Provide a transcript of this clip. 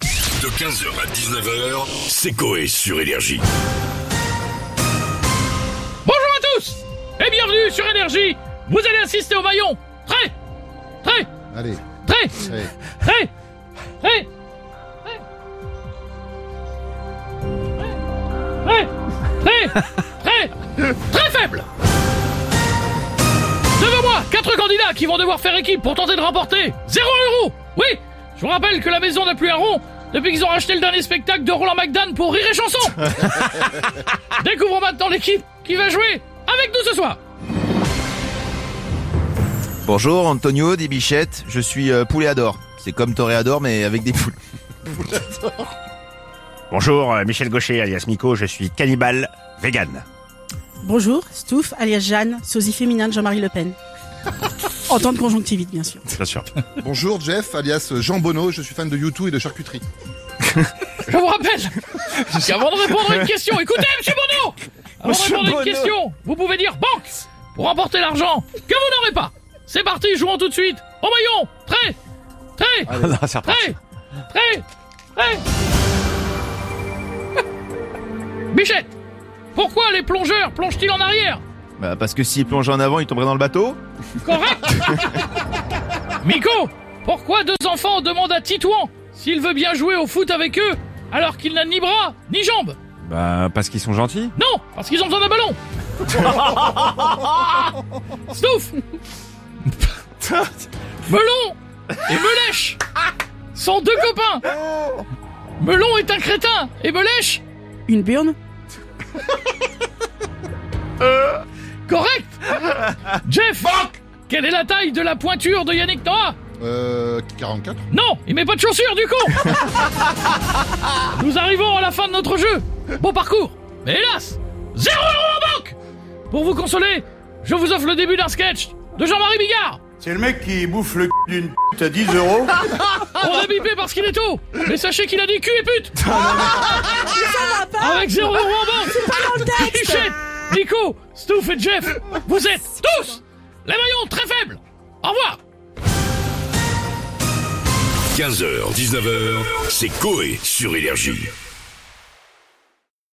De 15h à 19h, c'est Coé sur Énergie. Bonjour à tous et bienvenue sur Énergie. Vous allez assister au maillon très, très, Allez, très, allez. très, très, très, très, très, très, très faible. Devant moi, quatre candidats qui vont devoir faire équipe pour tenter de remporter 0 euro. Oui, je vous rappelle que la maison n'a plus un rond depuis qu'ils ont racheté le dernier spectacle de Roland McDan pour Rire et Chanson. Découvrons maintenant l'équipe qui va jouer avec nous ce soir. Bonjour Antonio, dit Bichette, je suis euh, Pouléador. C'est comme Toréador mais avec des poules. Bonjour, euh, Michel Gaucher, alias Miko, je suis cannibale vegan. Bonjour, Stouff, alias Jeanne, sosie féminin de Jean-Marie Le Pen. en temps de conjonctivite, bien sûr. Bien sûr. Bonjour Jeff, alias Jean Bonneau, je suis fan de YouTube et de charcuterie. Je vous rappelle qu'avant de répondre à une question, écoutez, monsieur Bono Avant de répondre à une question, vous pouvez dire banque pour remporter l'argent que vous n'aurez pas. C'est parti, jouons tout de suite au maillon Très Très Ah, Très Très Très Bichette Pourquoi les plongeurs plongent-ils en arrière Bah, parce que s'il plongeait en avant, il tomberait dans le bateau. Correct Miko, pourquoi deux enfants demandent à Titouan s'il veut bien jouer au foot avec eux alors qu'il n'a ni bras ni jambes Bah parce qu'ils sont gentils. Non, parce qu'ils ont besoin d'un ballon Stouff Melon et Melèche sont deux copains Melon est un crétin et Melèche, Une burne correct Jeff Quelle est la taille de la pointure de Yannick Noah Euh, 44 Non, il met pas de chaussures, du con Nous arrivons à la fin de notre jeu. Bon parcours, mais hélas, zéro euro en banque Pour vous consoler, je vous offre le début d'un sketch de Jean-Marie Bigard. C'est le mec qui bouffe le cul d'une pute à 10 euros. On a bipé parce qu'il est tôt, mais sachez qu'il a dit cul et pute Avec zéro euro en banque Bichette, Nico, Stouff et Jeff, vous êtes tous les maillons très faibles Au revoir 15h, 19h, c'est Coé sur Énergie.